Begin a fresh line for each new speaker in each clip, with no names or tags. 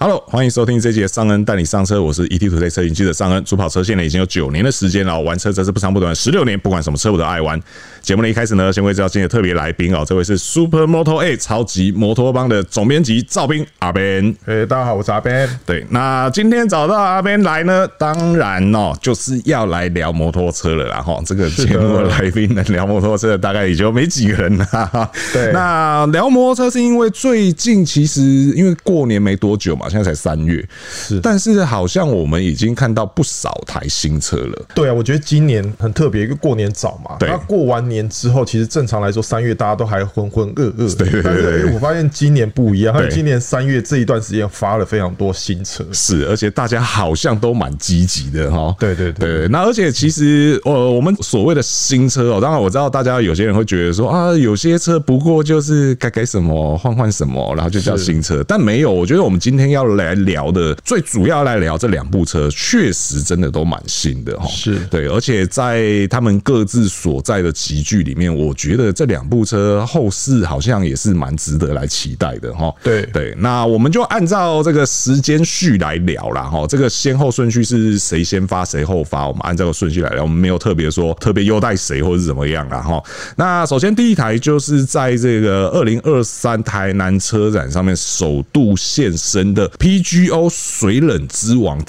Hello，欢迎收听这集的尚恩带你上车，我是 ET Today 车评记者尚恩。主跑车线呢已经有九年的时间了，玩车则是不长不短，十六年，不管什么车我都爱玩。节目的一开始呢，先会介绍今天的特别来宾哦，这位是 Super Moto A 超级摩托帮的总编辑赵斌阿 Ben。
诶、大家好，我是阿 Ben。
对，那今天找到阿 Ben 来呢，当然哦，就是要来聊摩托车了啦哈。这个节目的来宾能聊摩托车的大概也就没几个人啦。
对
那聊摩托车是因为最近其实因为过年没多久嘛，现在才三月，是，但是好像我们已经看到不少台新车了。
对啊，我觉得今年很特别，因为过年早嘛。
对
那过完年之后，其实正常来说，三月大家都还浑浑噩噩。
对对对
但
对
是
对
诶我发现今年不一样，因为
对
今年三月这一段时间发了非常多新车。
是，而且大家好像都蛮积极的哈。
对对对
对，那而且其实呃，我们所谓的新车哦，当然我知道大家有些人会觉得说啊，有些车不过就是改改什么换换什么，然后就叫新车，但没有。我觉得我们今天要来聊的最主要来聊这两部车，确实真的都蛮新的哈。
是
对，而且在他们各自所在的集聚里面，我觉得这两部车后市好像也是蛮值得来期待的哈。
对
对，那我们就按照这个时间序来聊啦，哈，这个先后顺序是谁先发谁后发，我们按这个顺序来聊，我们没有特别说特别优待谁或是怎么样啦，哈。那首先第一台就是在这个二零二三台南车展上面首度现身的 PGO 水冷之王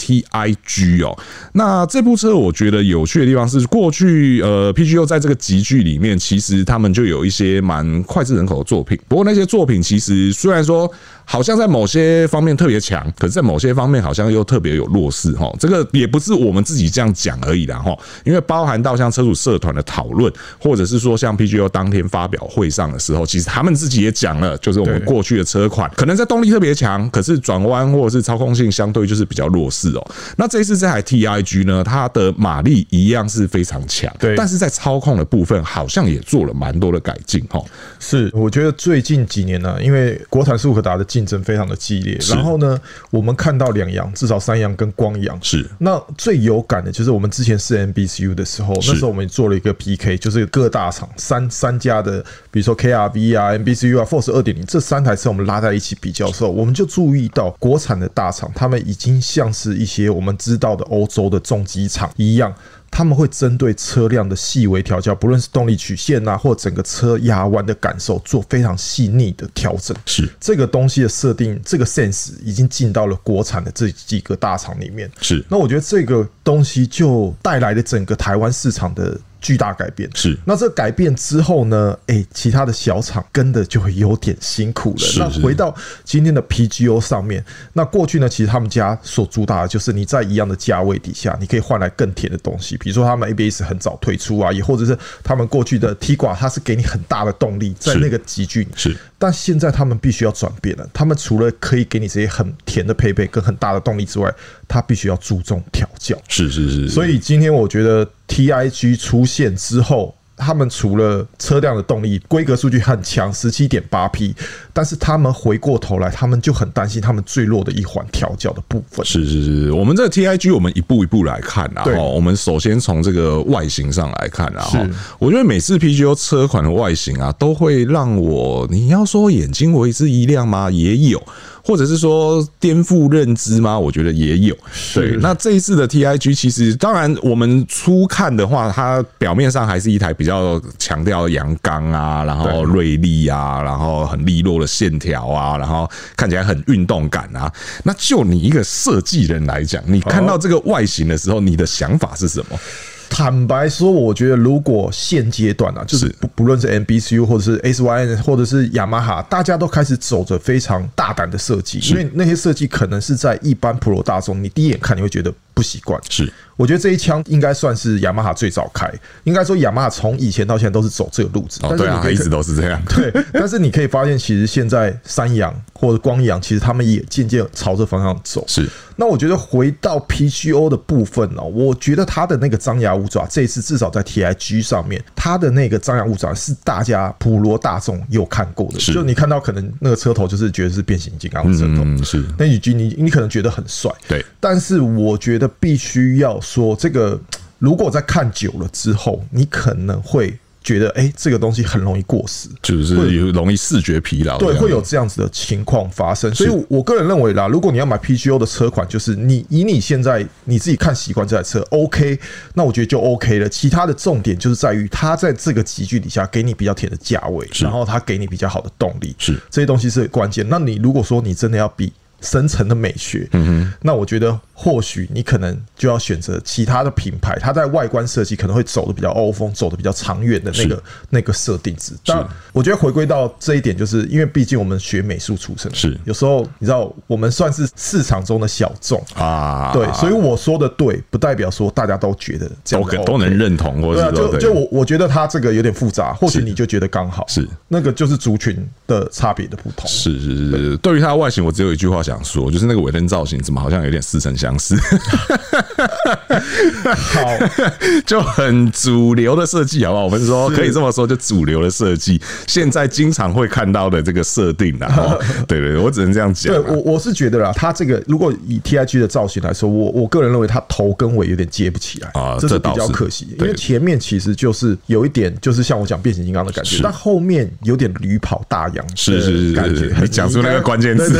TIG 哦，那这部车我觉得有趣的地方是，过去呃 PGO 在这个集聚里面，其实他们就有一些蛮脍炙人口的作品，不过那些作品其实虽然说。好像在某些方面特别强，可是在某些方面好像又特别有弱势哈。这个也不是我们自己这样讲而已啦哈，因为包含到像车主社团的讨论，或者是说像 PGO 当天发表会上的时候，其实他们自己也讲了，就是我们
对
过去的车款可能在动力特别强，可是转弯或者是操控性相对就是比较弱势哦。那这一次这台 TIG 呢，它的马力一样是非常强，
对
但是在操控的部分好像也做了蛮多的改进哈。
是，我觉得最近几年呢、啊因为国产速可达的竞争非常的激烈，然后呢，我们看到两阳，至少三阳跟光阳
是
那最有感的就是我们之前试 MBCU 的时候，那时候我们做了一个 PK，就是各大厂三三家的，比如说 KRV 啊、MBCU 啊、Force 二点零这三台车，我们拉在一起比较的时候，我们就注意到国产的大厂，他们已经像是一些我们知道的欧洲的重机厂一样。他们会针对车辆的细微调教，不论是动力曲线啊，或整个车压弯的感受，做非常细腻的调整。
是
这个东西的设定，这个 sense 已经进到了国产的这几个大厂里面。
是
那我觉得这个东西就带来了整个台湾市场的巨大改变。
是
那这改变之后呢？哎、其他的小厂跟的就会有点辛苦了。
是
那
是
回到今天的 PGO 上面，那过去呢，其实他们家所主打的就是你在一样的价位底下，你可以换来更甜的东西，比如说他们 ABS 很早推出啊，也或者是他们过去的 T 挂，它是给你很大的动力，在
是
那个集聚里
是
但现在他们必须要转变了，他们除了可以给你这些很甜的配备跟很大的动力之外，他必须要注重调教。
是是是，
所以今天我觉得 TIG 出现之后，他们除了车辆的动力规格数据很强，十七点八 P，但是他们回过头来，他们就很担心他们最弱的一环调教的部分。
是是是，我们这个 TIG 我们一步一步来看啦。
对
哈，我们首先从这个外形上来看啦。哈
是，
我觉得每次 PGO 车款的外形啊，都会让我你要说眼睛为之一亮吗？也有。或者是说颠覆认知吗？我觉得也有。对，那这一次的 TIG 其实，当然我们初看的话，它表面上还是一台比较强调阳刚啊，然后
对
锐利啊，然后很利落的线条啊，然后看起来很运动感啊。那就你一个设计人来讲，你看到这个外形的时候，你的想法是什么？
坦白说，我觉得如果现阶段啊，就是
是
不不论是 MBCU 或者是 SYN 或者是雅马哈，大家都开始走着非常大胆的设计，因为那些设计可能是在一般普罗大众，你第一眼看你会觉得不习惯。
是
我觉得这一枪应该算是雅马哈最早开，应该说雅马哈从以前到现在都是走这个路子。
哦，
但是
对
你
啊，
可以
一直都是这样。
对， 但是你可以发现，其实现在三阳或者光阳，其实他们也渐渐朝这方向走。
是
那我觉得回到 PGO 的部分哦，我觉得他的那个张牙舞爪，这一次至少在 TIG 上面，他的那个张牙舞爪是大家普罗大众有看过的，
是
就你看到可能那个车头就是觉得是变形金刚的车头，
嗯，是
那以及你你可能觉得很帅，
对，
但是我觉得必须要说，这个如果在看久了之后，你可能会觉得哎、欸，这个东西很容易过时，
就是有容易视觉疲劳，
对，会有这样子的情况发生。所以我个人认为啦，如果你要买 PGO 的车款，就是你以你现在你自己看习惯这台车，OK，那我觉得就 OK 了。其他的重点就是在于它在这个集聚底下给你比较甜的价位，然后它给你比较好的动力，
是
这些东西是关键。那你如果说你真的要比。深层的美学，嗯、那我觉得或许你可能就要选择其他的品牌，它在外观设计可能会走的比较欧风，走的比较长远的那个那个设定值。但我觉得回归到这一点，就是因为毕竟我们学美术出身，
是
有时候你知道我们算是市场中的小众
啊，
对，所以我说的对，不代表说大家都觉得这样、OK,
都能认同或者、
啊、就就我我觉得它这个有点复杂，或许你就觉得刚好
是
那个就是族群的差别的不同，
是是是是。对于它的外形，我只有一句话。想说，就是那个尾灯造型，怎么好像有点似曾相识？
好，
就很主流的设计，好不好？我们说可以这么说，就主流的设计，现在经常会看到的这个设定 啦。哦对对，我只能这样讲。啊
对我我是觉得啦，它这个如果以 T I G 的造型来说，我我个人认为它头跟尾有点接不起来
啊，
这是比较可惜。因为前面其实就是有一点，就是像我讲变形金刚的感觉，但后面有点驴跑大洋，
是是是是，你讲出那个关键词。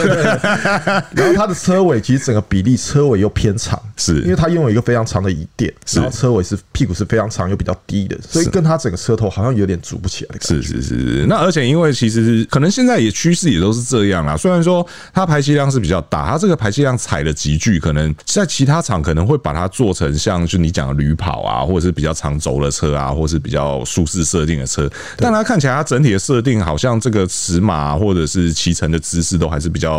然后它的车尾其实整个比例车尾又偏长，
是
因为它拥有一个非常长的椅垫，然后车尾是屁股是非常长又比较低的，所以跟它整个车头好像有点组不起来的感
觉。是是是，那而且因为其实可能现在也趋势也都是这样啦。虽然说它排气量是比较大，它这个排气量踩的集距，可能在其他厂可能会把它做成像就你讲的驴跑啊，或者是比较长轴的车啊，或是比较舒适设定的车，但它看起来它整体的设定好像这个尺码啊或者是骑乘的姿势都还是比较。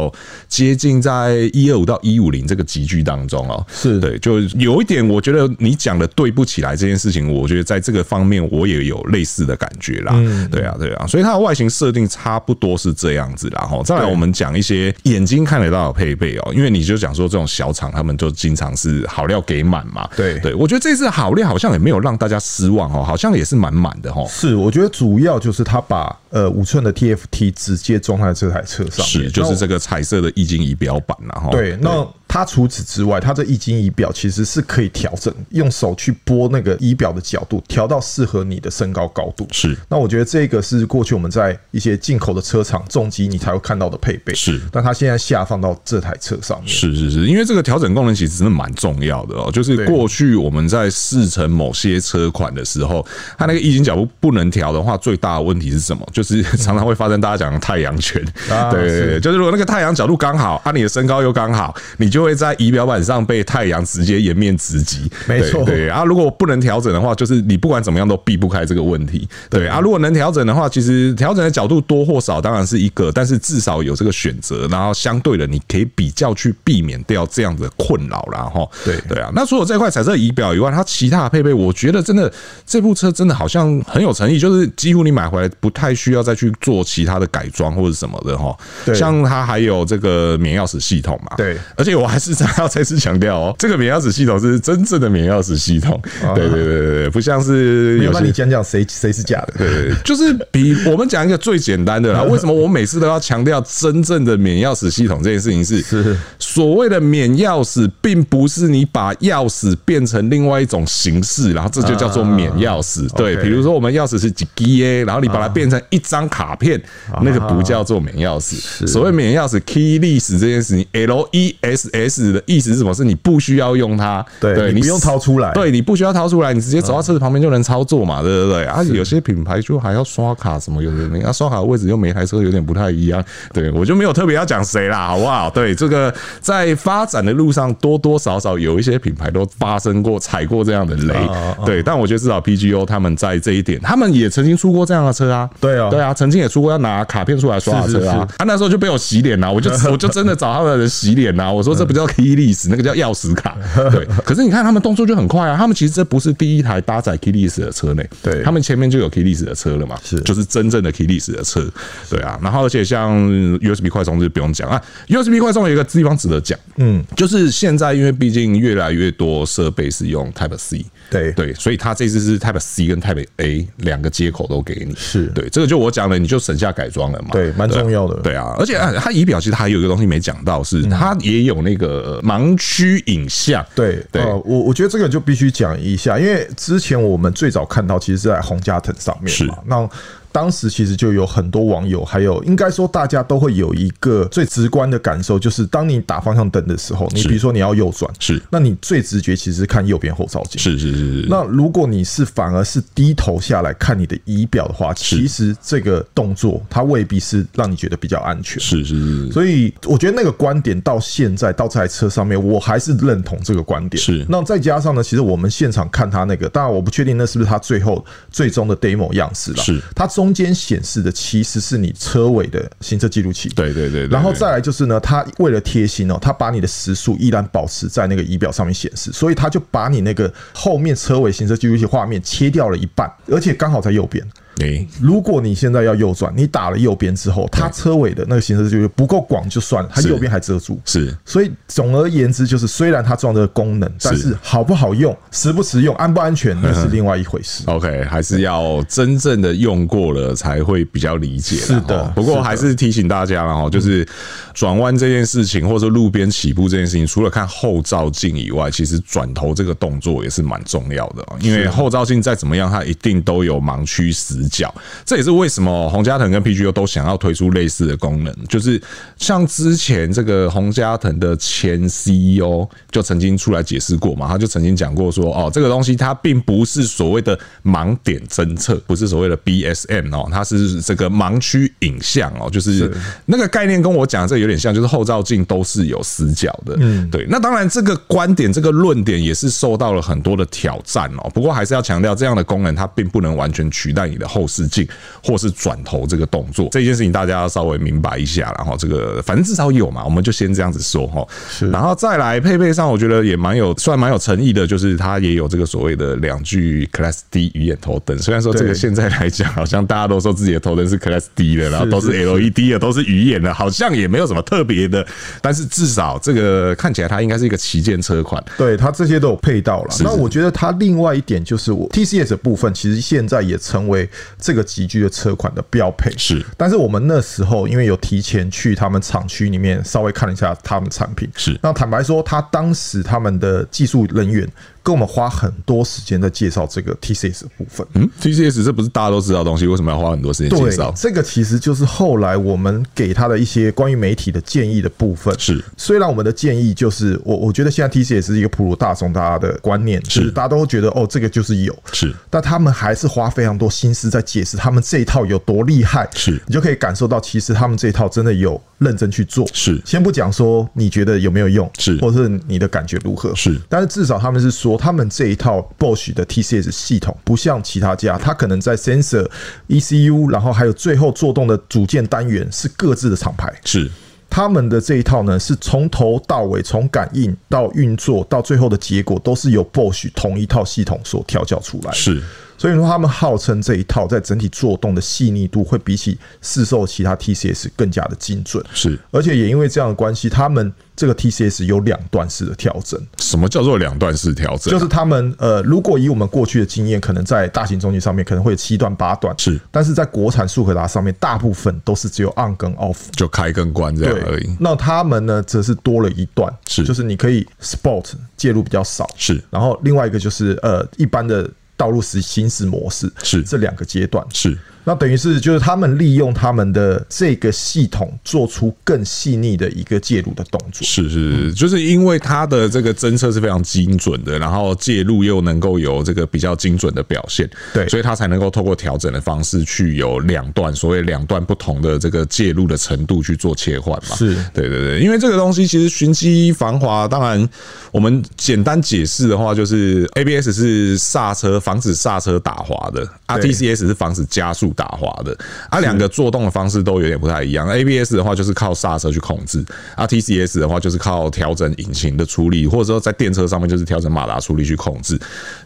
接近在一二五到一五零这个集聚当中哦，
是
对，就有一点，我觉得你讲的对不起来这件事情，我觉得在这个方面我也有类似的感觉啦。嗯，对啊，对啊，所以它的外形设定差不多是这样子啦。哈，再来我们讲一些眼睛看得到的配备哦，因为你就讲说这种小厂他们就经常是好料给满嘛。
对，
对我觉得这次好料好像也没有让大家失望哦，好像也是满满的哦。
是，我觉得主要就是他把呃五寸的 TFT 直接装在这台车上，
是，啊就是这个彩色的。液晶仪表板然后
对，那它除此之外，它这液晶仪表其实是可以调整，用手去拨那个仪表的角度，调到适合你的身高高度。
是，
那我觉得这个是过去我们在一些进口的车厂重机你才会看到的配备。
是，
但它现在下放到这台车上面。
是是是，因为这个调整功能其实真的蛮重要的哦。就是过去我们在试乘某些车款的时候，它那个液晶角度不能调的话，最大的问题是什么？ 就是常常会发生大家讲太阳拳。
啊、
对对对，就是如果那个太阳角度刚好，啊，你的身高又刚好，你就会在仪表板上被太阳直接颜面直击。
没错，
对啊，如果不能调整的话，就是你不管怎么样都避不开这个问题。对啊，如果能调整的话，其实调整的角度多或少当然是一个，但是至少有这个选择，然后相对的你可以比较去避免掉这样的困扰啦。哈。
对
对啊，那除了这块彩色仪表以外，它其他的配备，我觉得真的这部车真的好像很有诚意，就是几乎你买回来不太需要再去做其他的改装或者什么的哈。像它还有这个。呃，免钥匙系统嘛，
对，
而且我还是要再次强调哦，这个免钥匙系统是真正的免钥匙系统，对对对对对，不像是有
些你讲讲谁谁是假的，
对对,對，就是比我们讲一个最简单的啦。
嗯
为什么我每次都要强调真正的免钥匙系统这件事情？
是
所谓的免钥匙，并不是你把钥匙变成另外一种形式，然后这就叫做免钥
啊
匙。对，比如说我们钥匙是 G A，然后你把它变成一张卡片，那个不叫做免钥
啊
匙。所谓免钥匙 Key。历史这件事情，L E S S 的意思是什么？是你不需要用它，
对你不用掏出来，嗯
对你不需要掏出来，你直接走到车子旁边就能操作嘛，对不对？啊，有些品牌就还要刷卡什么，有的没啊，刷卡的位置又每台车有点不太 一样。对我就没有特别要讲谁啦，好不好？对这个在发展的路上，多多少少有一些品牌都发生过踩过这样的雷，
啊
对。但我觉得至少 P G O 他们在这一点，他们也曾经出过这样的车啊，
对啊，
对啊，曾经也出过要拿卡片出来刷的车啊，啊，那时候就被我洗脸啊了，我 就。我就真的找他们人洗脸啊呐！我说这不叫 Key 历史，那个叫钥匙卡。
嗯
对，可是你看他们动作就很快啊！他们其实这不是第一台搭载 Key 历史的车呢，
对，
他们前面就有 Key 历史的车了嘛，
是，
就是真正的 Key 历史的车，对啊。然后而且像 USB 快充就不用讲啊，USB 快充有一个地方值得讲，
嗯，
就是现在因为毕竟越来越多设备是用 Type C。
对
对，所以它这次是 Type C 跟 Type A 两个接口都给你，
是
对这个就我讲了，你就省下改装了嘛，
对蛮重要的
对啊，而且啊它仪表其实它还有一个东西没讲到，
嗯
是它也有那个呃盲区影像，
对
对
呃我我觉得这个就必须讲一下，因为之前我们最早看到其实是在洪家腾上面
是
嘛，那当时其实就有很多网友，还有应该说大家都会有一个最直观的感受，就是当你打方向灯的时候，你
是
比如说你要右转，
是
那你最直觉其实是看右边后照镜，
是是是是，
那如果你是反而是低头下来看你的仪表的话，其实这个动作它未必是让你觉得比较安全。
是是是
所以我觉得那个观点到现在到这台车上面，我还是认同这个观点。
是
那再加上呢，其实我们现场看它那个，当然我不确定那是不是它最后最终的 demo 样式啦。
是
它中间显示的其实是你车尾的行车记录器。
对对对对，
然后
对
再来就是呢，它为了贴心哦，它把你的时速依然保持在那个仪表上面显示，所以它就把你那个后面车尾行车记录器画面切掉了一半，而且刚好在右边。
诶
如果你现在要右转，你打了右边之后，它车尾的那个行车记录器不够广就算了，它
是
右边还遮住。
是
所以总而言之，就是虽然它装这个功能，但
嗯
是好不好用、实不实用、安不安全，那是另外一回事。
OK，还是要真正的用过了才会比较理解啦。
是的
齁不过还是提醒大家了哈，就是转弯这件事情，或者说路边起步这件事情，除了看后照镜以外，其实转头这个动作也是蛮重要的哦，因为后照镜再怎么样，它一定都有盲区死角。这也是为什么哦洪家腾跟 PGO 都想要推出类似的功能，就是像之前这个洪家腾的前 CEO 就曾经出来解释过嘛，他就曾经讲过说，哦，这个东西它并不是所谓的盲点侦测，不是所谓的 BSM 哦，它是这个盲区影像哦，就是那个概念跟我讲的这个有点像，就是后照镜都是有死角的，嗯，对。那当然，这个观点、这个论点也是受到了很多的挑战哦。不过还是要强调，这样的功能它并不能完全取代你的后视镜或是转头这个动作，这件事情大家要稍微明白一下啦，然后这个反正至少有嘛，我们就先这样子说哈。
是
然后再来配备上，我觉得也蛮有，算蛮有诚意的，就是它也有这个所谓的两具 Class D 鱼眼头灯。虽然说这个
对
现在来讲，好像大家都说自己的头灯是 Class D 的，然后都是
是
LED 的，都是鱼眼的，好像也没有什么特别的。但是至少这个看起来它应该是一个旗舰车款，
对它这些都有配到了。
是
那我觉得它另外一点就是我 TCS 的部分，其实现在也成为这个集聚的车款的标配。
是
但是我们那时候因为有提前去他们厂区里面稍微看了一下他们产品，
是
那坦白说，他当时他们的技术人员跟我们花很多时间在介绍这个 TCS 的部分。
嗯，TCS 这不是大家都知道的东西，为什么要花很多时间介绍
对，？这个其实就是后来我们给他的一些关于媒体的建议的部分。
是
虽然我们的建议就是，我我觉得现在 TCS 是一个普罗大众大家的观念，就是大家都觉得哦，这个就是有，
是
但他们还是花非常多心思在解释他们这一套有多厉害，
是
你就可以感受到，其实他们这一套真的有认真去做。
是
先不讲说你觉得有没有用，
是
或是你的感觉如何，
是
但是至少他们是说，他们这一套 Bosch 的 TCS 系统不像其他家，它可能在 sensor、ECU，然后还有最后做动的组件单元是各自的厂牌，
是
他们的这一套呢，是从头到尾，从感应到运作到最后的结果，都是由 Bosch 同一套系统所调教出来的。
是
所以说他们号称这一套在整体做动的细腻度会比起市售其他 TCS 更加的精准，
是，
而且也因为这样的关系，他们这个 TCS 有两段式的调整，
什么叫做两段式调整
就
啊？
是他们呃，如果以我们过去的经验，可能在大型中级上面可能会有七段八段，
是
但是在国产速可达上面，大部分都是只有 on 跟 off。
就开跟关这样而已。
那他们呢，则是多了一段，
是
就是你可以 sport 介入比较少，
是
然后另外一个就是呃一般的道路时行驶模式，
是
这两个阶段。
是
那等于是就是他们利用他们的这个系统做出更细腻的一个介入的动作。
是是，就是因为它的这个侦测是非常精准的，然后介入又能够有这个比较精准的表现，
对
所以它才能够透过调整的方式去有两段所谓两段不同的这个介入的程度去做切换嘛。
是
对对对，因为这个东西其实循迹防滑，当然我们简单解释的话，就是 ABS 是刹车防止刹车打滑的啊
对
，RTCS 是防止加速打滑的，啊，两个做动的方式都有点不太一样。ABS 的话就是靠刹车去控制，啊，TCS 的话就是靠调整引擎的出力，或者说在电车上面就是调整马达出力去控制。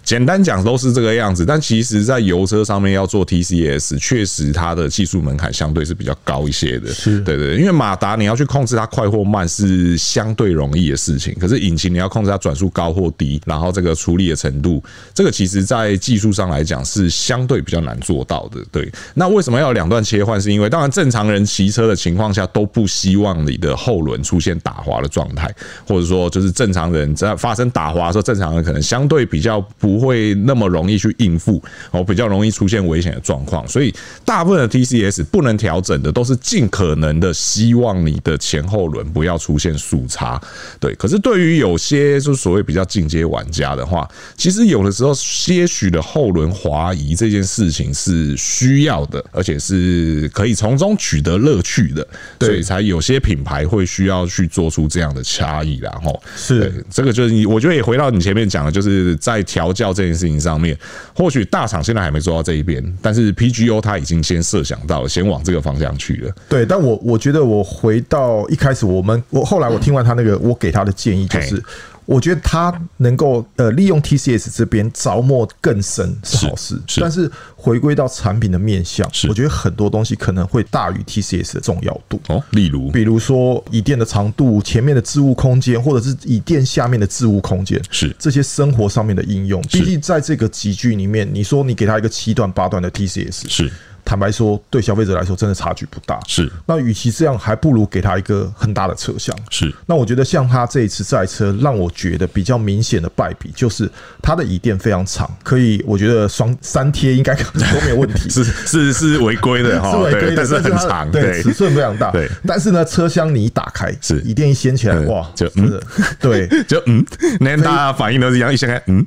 简单讲都是这个样子，但其实在油车上面要做 TCS，确实它的技术门槛相对是比较高一些的。
是
对对对，因为马达你要去控制它快或慢是相对容易的事情，可是引擎你要控制它转速高或低，然后这个出力的程度，这个其实在技术上来讲是相对比较难做到的。对，那为什么要有两段切换？是因为当然正常人骑车的情况下都不希望你的后轮出现打滑的状态，或者说就是正常人在发生打滑的时候，正常人可能相对比较不会那么容易去应付，哦，比较容易出现危险的状况，所以大部分的 TCS 不能调整的都是尽可能的希望你的前后轮不要出现速差，对。可是对于有些就是所谓比较进阶玩家的话，其实有的时候些许的后轮滑移这件事情是需要的，而且是可以从中取得乐趣的，所以才有些品牌会需要去做出这样的差异，然后
是
对这个就是你，我觉得也回到你前面讲的，就是在调教这件事情上面，或许大厂现在还没做到这一边，但是 PGO 它已经先设想到了，先往这个方向去了。
对，但我我觉得我回到一开始，我们我后来我听完他那个，我给他的建议就是
嘿，
我觉得他能够呃利用 TCS 这边着墨更深是好事，
是
但是回归到产品的面向，我觉得很多东西可能会大于 TCS 的重要度。
哦，例如
比如说椅垫的长度、前面的置物空间，或者是椅垫下面的置物空间，
是
这些生活上面的应用。毕竟在这个集聚里面，你说你给他一个七段八段的 TCS，
是
坦白说，对消费者来说真的差距不大。
是
那与其这样，还不如给他一个很大的车厢。
是
那我觉得像他这一次赛车，让我觉得比较明显的败笔就是他的椅垫非常长，可以我觉得双三贴应该都没有问题。
是是是违规的哈，
是违规
对，
的，
但 是很
它的
长，
对，
对
尺寸非常大。
对
但是呢，车厢你一打开，
是
椅垫一掀起来，
嗯
哇，
就
真的，对
就嗯，那天大家反应都是一样，一掀开嗯，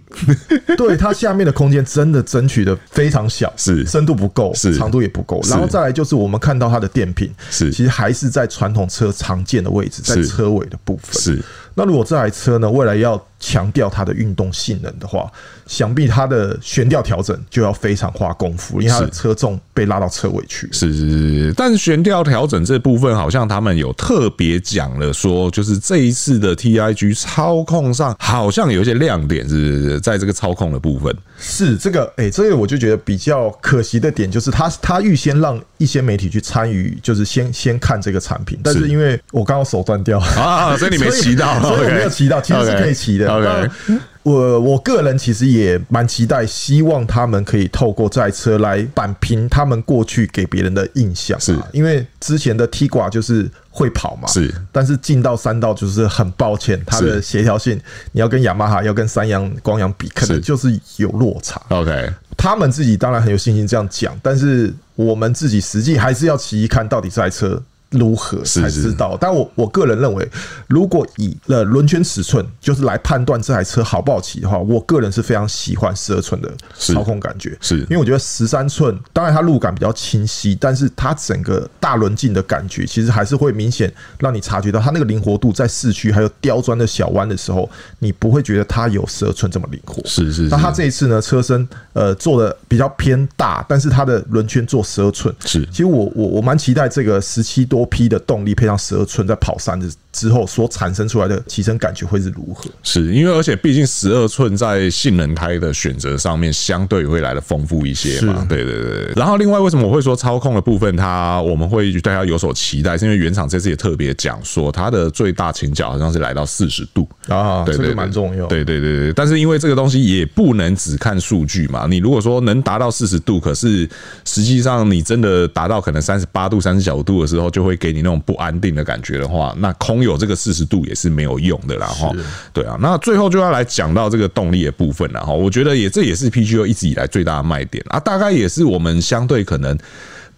对，它下面的空间真的争取的非常小，
是
深度不够，
是
长度也不够。
是
然后再来就是我们看到它的电瓶，
是
其实还是在传统车常见的位置，在
是
车尾的部分。
是
那如果这台车呢，未来要强调它的运动性能的话，想必它的悬吊调整就要非常花功夫，因为它的
是
车重被拉到车尾去。
是是是，是，但悬吊调整这部分好像他们有特别讲了，说就是这一次的 TIG 操控上好像有一些亮点，是不是在这个操控的部分？
是这个，哎、这个我就觉得比较可惜的点就是他，他预先让一些媒体去参与，就是先先看这个产品，但是
是
因为我刚刚手断掉
啊所以你没骑到
所以所以我
OK
没有骑到，其实是
OK
可以骑的。
OK
那我我个人其实也蛮期待，希望他们可以透过这台车来扳平他们过去给别人的印象、啊，
是
因为之前的 T 挂就是会跑嘛，
是
但是进到三道就是很抱歉，它的
是
协调性，你要跟雅马哈要跟三洋光阳比，可能
是
就是有落差。
OK，
他们自己当然很有信心这样讲，但是我们自己实际还是要骑一看到底这台车如何
是
才知道。但我我个人认为，如果以呃轮圈尺寸就是来判断这台车好不好骑的话，我个人是非常喜欢十二寸的
是
操控感觉，
是
因为我觉得十三寸当然它路感比较清晰，但是它整个大轮径的感觉其实还是会明显让你察觉到它那个灵活度，在市区还有刁钻的小弯的时候，你不会觉得它有十二寸这么灵活。
是是
那它
是
这一次呢，车身呃做的比较偏大，但是它的轮圈做十二寸。
是
其实我我我蛮期待这个十七多匹的动力配上十二寸，在跑山的之后所产生出来的骑乘感觉会是如何？
是因为，而且毕竟十二寸在性能胎的选择上面，相对会来的丰富一些嘛
是。
对对对。对然后，另外为什么我会说操控的部分，它我们会对它有所期待，是因为原厂这次也特别讲说，它的最大倾角好像是来到四十度。
啊，
对
这
对
个
对
蛮重要。
对对对对，但是因为这个东西也不能只看数据嘛，你如果说能达到四十度，可是实际上你真的达到可能三十八度、三十九度的时候，就会给你那种不安定的感觉的话，那空有这个四十度也是没有用的啦哈。对啊，那最后就要来讲到这个动力的部分了哈，我觉得也这也是 PGO 一直以来最大的卖点啊，大概也是我们相对可能。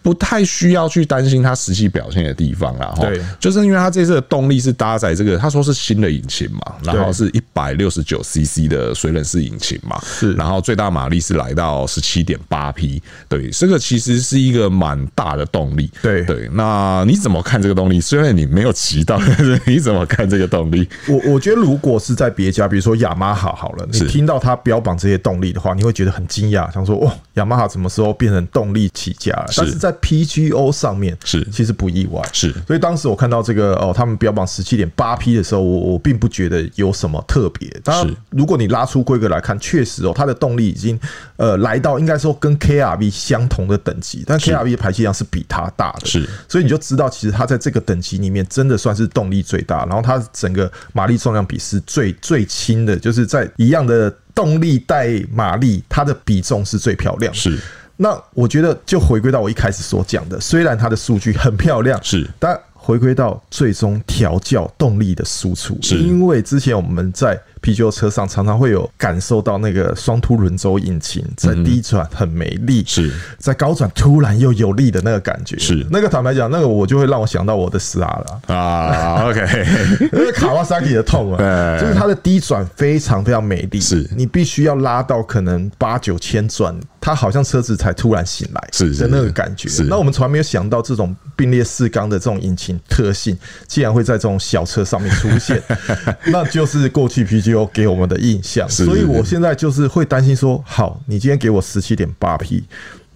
不太需要去担心它实际表现的地方啦。哈
对，
就是因为它这次的动力是搭载这个，他说是新的引擎嘛，然后是一百六十九 CC 的水冷式引擎嘛，
是
然后最大马力是来到十七点八匹，对，这个其实是一个蛮大的动力。
对
对，那你怎么看这个动力？虽然你没有骑到， 但是你怎么看这个动力？
我我觉得如果是在别家，比如说雅马哈好了，你
是
听到它标榜这些动力的话，你会觉得很惊讶，想说哇，雅马哈什么时候变成动力起家了？但是在 PGO 上面
是
其实不意外，
是
所以当时我看到这个哦，他们标榜十七点八 P 的时候，我我并不觉得有什么特别。当
是
然，如果你拉出规格来看，确实哦，它的动力已经呃来到应该说跟 KRV 相同的等级，但 KRV 的排气量是比它大的，
是，
所以你就知道其实它在这个等级里面真的算是动力最大，然后它整个马力重量比是最最轻的，就是在一样的动力带马力，它的比重是最漂亮的。
是
嗯那我觉得就回归到我一开始所讲的，虽然它的数据很漂亮，
是
但回归到最终调教动力的输出，
是
因为之前我们在 PGO 车上常常会有感受到那个双凸轮轴引擎在低转很没力，
是
在高转突然又有力的那个感觉，
是
那个坦白讲，那个我就会让我想到我的 SR 了。
啊，OK，
因为卡瓦萨基的痛
哎
啊，就是它的低转非常非常美丽，
是
你必须要拉到可能八九千转，它好像车子才突然醒来
是是
的那个感觉
是。
那我们从来没有想到这种并列四缸的这种引擎特性，竟然会在这种小车上面出 现，那就是过去 PGO 给我们的印象。
是
所以我现在就是会担心说，好，你今天给我十七点八匹。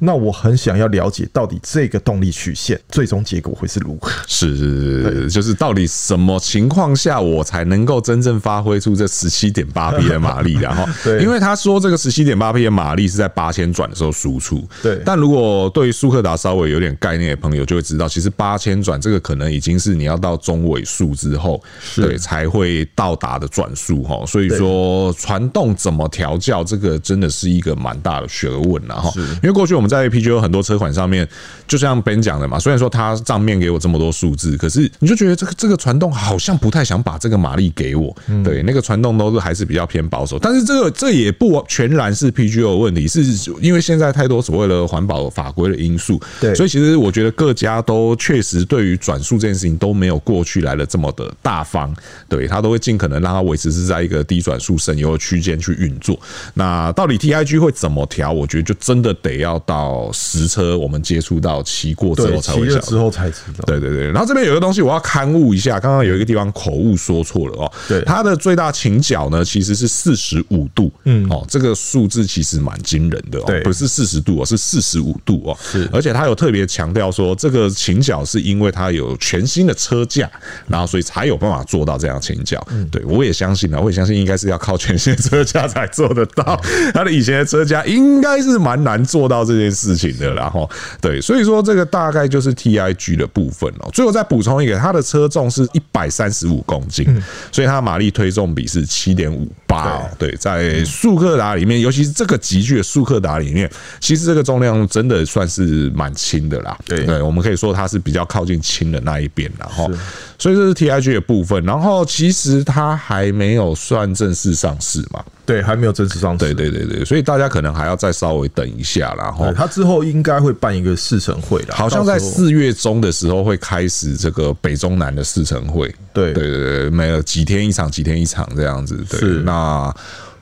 那我很想要了解，到底这个动力曲线最终结果会是如何？
是是是，就是到底什么情况下我才能够真正发挥出这十七点八匹的马力？然后，
对
因为他说这个十七点八匹的马力是在八千转的时候输出，
对
但如果对于苏克达稍微有点概念的朋友就会知道，其实八千转这个可能已经是你要到中尾数之后，对才会到达的转速哈。所以说，传动怎么调教，这个真的是一个蛮大的学问了哈。因为过去我们在 PGO 很多车款上面，就像 Ben 讲的嘛，虽然说他账面给我这么多数字，可是你就觉得这个这个传动好像不太想把这个马力给我，对，那个传动都是还是比较偏保守。但是这个这也不全然是 PGO 的问题，是因为现在太多所谓的环保法规的因素，
对
所以其实我觉得各家都确实对于转速这件事情都没有过去来的这么的大方，对他都会尽可能让它维持是在一个低转速省油的区间去运作。那到底 TIG 会怎么调？我觉得就真的得要到实车我们接触到骑过之
对，
后才
骑
会
了
晓
之
得。
后才知道。
对对对，然后这边有一个东西我要刊物一下，刚刚有一个地方口误说错了哦。
对
它的最大倾角呢其实是四十五度，嗯，哦，这个数字其实蛮惊人的哦，
对
不是四十度哦，是四十五度哦。是，而且它有特别强调说，这个倾角是因为它有全新的车架，然后所以才有办法做到这样倾角。对我也相信啊，我也相信应该是要靠全新的车架才做得到，它的以前的车架应该是蛮难做到这件事情的啦。然后对，所以说这个大概就是 TIG 的部分哦。最后再补充一个，它的车重是一百三十五公斤，所以它的马力推重比是七点五八哦。对，在速克达里面，尤其是这个集距的速克达里面，其实这个重量真的算是蛮轻的啦。
对
对，我们可以说它是比较靠近轻的那一边啦，然后，所以这是 TIG 的部分。然后其实它还没有算正式上市嘛。
对，还没有正式上市。
对对对对，所以大家可能还要再稍微等一下啦，然后
对，他之后应该会办一个试乘会的，
好像在
到时候
四月中的时候会开始这个北中南的四城会，
对
对对对，没有几天一场，几天一场这样子。对
是，
那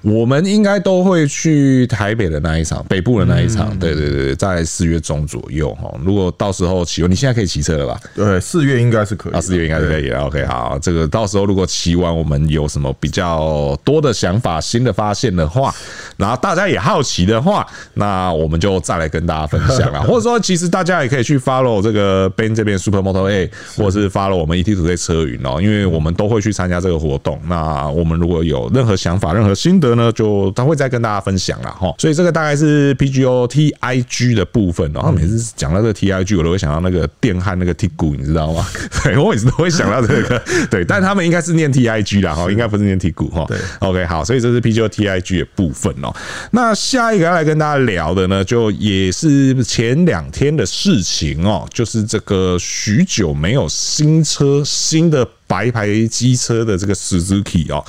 我们应该都会去台北的那一场，北部的那一场。
嗯
对对对，在四月中左右哈。如果到时候哦骑，你现在可以骑车了吧？
对四月应该是可以的，
啊，四月应该是可以了。OK，好，这个到时候如果骑完，我们有什么比较多的想法、新的发现的话，然后大家也好奇的话，那我们就再来跟大家分享 了。或者说，其实大家也可以去 follow 这个 Ben 这边 Super Moto A，或者是 follow 我们 ET 组队车云哦，因为我们都会去参加这个活动。那我们如果有任何想法、任何心得呢，就他会再跟大家分享啦。哈。所以这个大概是 PGO TIG 的部分哦。然后每次讲到这个 TIG，我都会想到那个电焊那个 T 骨，你知道吗？ 对我每次都会想到这个，对，但他们应该是念 TIG 啦，哦哈，应该不是念 T 骨哈。
对
OK，好，所以这是 PGO TIG 的部分哦。那下一个要来跟大家聊的呢，就也是前两天的事情哦，就是这个许久没有新车、新的白牌机车的这个 Suzuki 哦，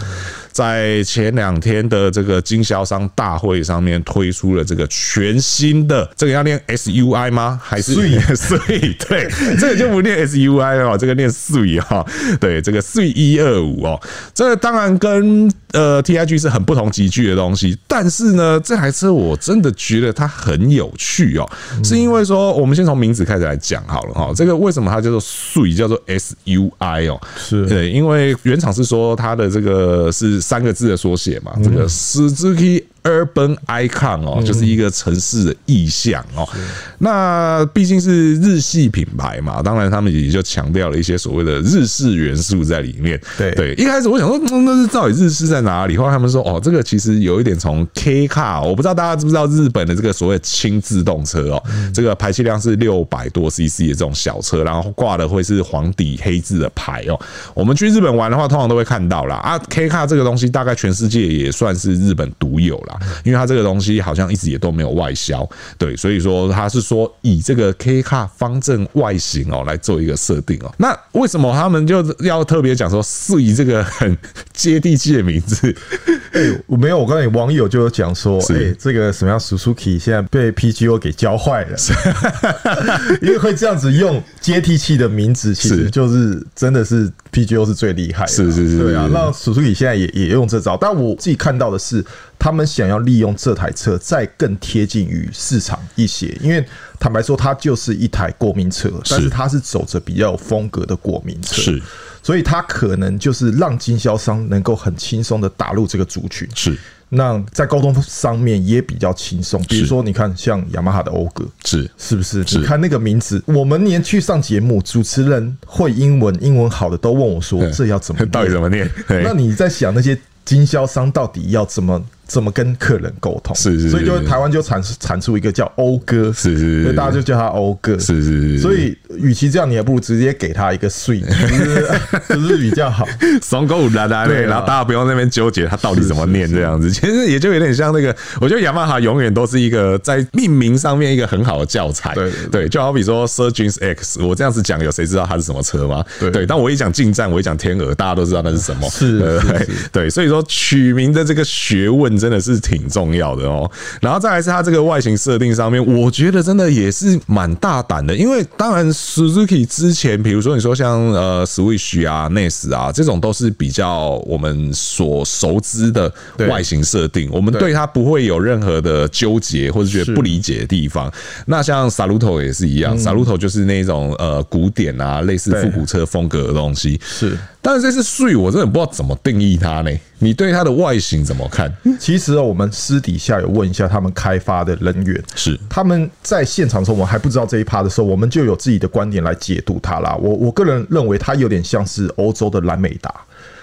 在前两天的这个经销商大会上面推出了这个全新的，这个要念 SUI 吗？还是 Sui？对，这个就不念 SUI 哦，这个念 Sui 哈。对，这个 Sui 一二五哦，这当然跟呃 TIG 是很不同级距的东西，但是呢，这台车我真的觉得它很有趣哦，是因为说我们先从名字开始来讲好了哈。这个为什么它叫做 Sui 叫做 SUI 哦？
是
对，因为原厂是说它的这个是三个字的缩写
嗯
嘛，这个 Suzuki Urban Icon 哦，就是一个城市的意象哦。那毕竟是日系品牌嘛，当然他们也就强调了一些所谓的日式元素在里面。
对
对，一开始我想说，嗯那是到底日式在哪里？后来他们说，哦，这个其实有一点从 K 卡，我不知道大家知不知道日本的这个所谓轻自动车哦，这个排气量是六百多 CC 的这种小车，然后挂的会是黄底黑字的牌哦。我们去日本玩的话，通常都会看到啦。啊，K 卡这个东西大概全世界也算是日本独有啦，因为它这个东西好像一直也都没有外销，对，所以说它是说以这个 K 卡方正外形哦来做一个设定哦。那为什么他们就要特别讲说是以这个很接地气的名字？
我没有，我刚才网友就有讲说，哎、
是
这个什么样 Suzuki 现在被 PGO 给教坏了， 因为会这样子用接地气的名字，其
是
实就是真的是 PGO 是最厉害的，
是是是
对啊
是。
那 Suzuki 现在也也用这招，但我自己看到的是，他们想要利用这台车再更贴近于市场一些，因为坦白说，它就是一台国民车，但是它是走着比较有风格的国民车，
是，
所以它可能就是让经销商能够很轻松的打入这个族群，
是
那在沟通上面也比较轻松。比
是
如说，你看像雅马哈的讴歌，
是
是不是？你看那个名字，我们连去上节目，主持人会英文，英文好的都问我说这要怎么念？
到底怎么念？对
那你在想那些经销商到底要怎么怎么跟客人沟通？
是是
所以就是台湾就产出产出一个叫讴歌，
是是
所以大家就叫他讴歌，
是是是，
所以，与其这样，你还不如直接给他一 个税，就是就是比较好。
爽狗啦啦嘞，
对啊
然后大家不用在那边纠结它到底怎么念这样子，其实也就有点像那个，我觉得雅马哈永远都是一个在命名上面一个很好的教材，
对对
就好比说 Surgeons X，我这样子讲，有谁知道它是什么车吗？
对
对，但我一讲近战，我一讲天鹅，大家都知道那是什么，呃
是
对
是
对对，所以说取名的这个学问真的是挺重要的哦。然后再来是它这个外形设定上面，我觉得真的也是蛮大胆的，因为当然 Suzuki 之前，比如说你说像呃 Switch 啊、NES 啊这种都是比较我们所熟知的
对
外形设定，我们对它不会有任何的纠结或者觉得
是嗯
不理解的地方。那像 Saluto 也是一样、s a l u t o 就是那种呃古典啊，类似
对
复古车风格的东西，
是，
但是这次税我真的不知道怎么定义它呢？你对它的外形怎么看？
其实哦我们私底下有问一下他们开发的人员，
是
他们在现场的时候，我们还不知道这一趴的时候，我们就有自己的观点来解读它啦。我我个人认为，它有点像是欧洲的蓝美达。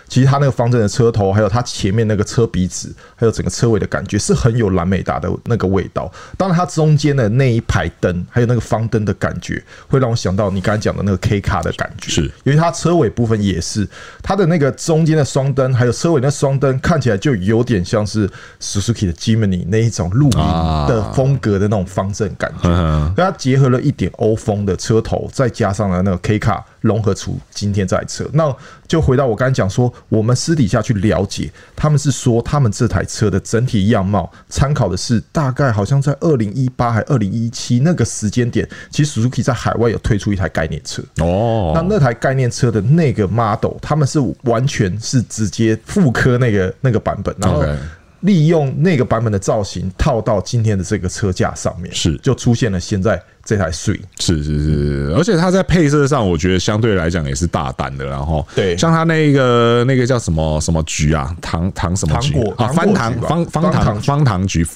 其实它那个方正的车头，还有它前面那个车鼻子，还有整个车尾的感觉，是很有蓝美达的那个味道。当然，它中间的那一排灯，还有那个方灯的感觉，会让我想到你刚才讲的那个 K 卡的感觉。
是
因为它车尾部分也是，它的那个中间的双灯，还有车尾那双灯，看起来就有点像是 Suzuki 的 Jimny 那一种露营的风格的那种方正感觉。
嗯
所以它结合了一点欧风的车头，再加上了那个 K 卡融合出今天这台车。那就回到我刚才讲说，我们私底下去了解，他们是说他们这台车的整体样貌参考的是大概好像在二零一八还二零一七那个时间点，其实 Suzuki 在海外有推出一台概念车。
哦，
那那台概念车的那个 model，他们是完全是直接复刻那个那个版本，然后
OK
利用那个版本的造型套到今天的这个车架上面，
是
就出现了现在这台 s u
是是是，而且它在配色上，我觉得相对来讲也是大胆的。然后，
对
像它那个那个叫什么什么菊啊，糖糖什么
糖
菊
果
啊，
糖
翻
果
糖
菊吧
方方
方糖
糖
菊
方糖菊。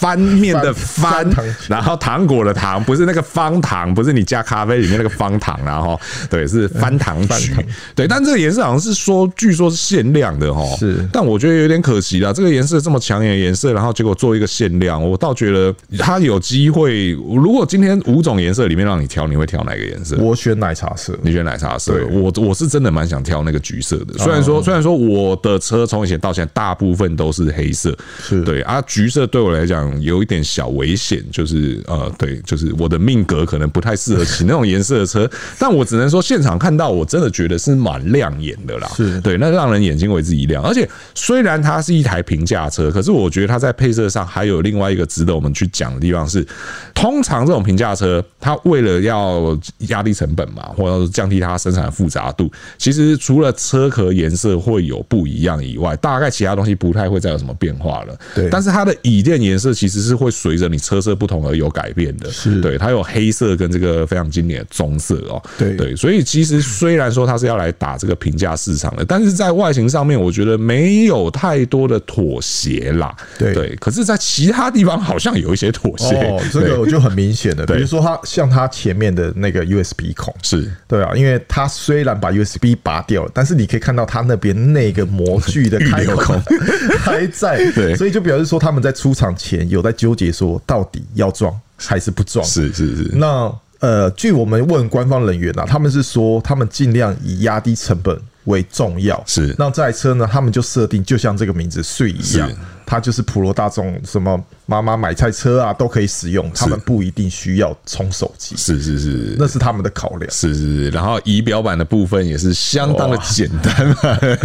翻面的翻
翻翻糖菊，
然后糖果的糖，不是那个方糖，不是你加咖啡里面那个方糖啊，然后对，是翻糖菊
翻糖，
对，但这个颜色好像是说，据说是限量的哈，
是
但我觉得有点可惜啦，这个颜色这么抢眼的颜色，然后结果做一个限量，我倒觉得它有机会。如果今天五种颜色里面让你挑，你会挑哪个颜色？
我选奶 茶色，
你选奶茶色，
对啊
我我是真的蛮想挑那个橘色的。虽然说虽然说我的车从以前到现在大部分都是黑色，
是
对啊，橘色对我来讲上有一点小危险，就是呃，对，就是我的命格可能不太适合骑那种颜色的车，但我只能说现场看到，我真的觉得是蛮亮眼的啦，
是
对，那让人眼睛为之一亮。而且虽然它是一台平价车，可是我觉得它在配色上还有另外一个值得我们去讲的地方是，通常这种平价车，它为了要压低成本嘛，或者是降低它生产的复杂度，其实除了车壳颜色会有不一样以外，大概其他东西不太会再有什么变化了。
对
但是它的椅垫颜色其实是会随着你车色不同而有改变的。
是
对，它有黑色跟这个非常经典的棕色哦。
对
对，所以其实虽然说它是要来打这个平价市场的，但是在外形上面，我觉得没有太多的妥协啦。
对
对，可是，在其他地方好像有一些妥协。
哦，这个
对
我就很明显的，比
对
如说它像它前面的那个 USB 孔，
是
对啊，因为它虽然把 USB 拔掉了，但是你可以看到它那边那个模具的开
留
口
孔
还在，
对
所以就表示说他们在出厂前有在纠结说到底要装还是不装。
是是是，
那呃，据我们问官方人员啊，他们是说他们尽量以压低成本为重要。
是
那这台车呢，他们就设定就像这个名字“睡”一样
是，
它就是普罗大众什么妈妈买菜车啊都可以使用，他们不一定需要充手机，
是是是。
那是他们的考量。
是是是，然后仪表板的部分也是相当的简单嘛。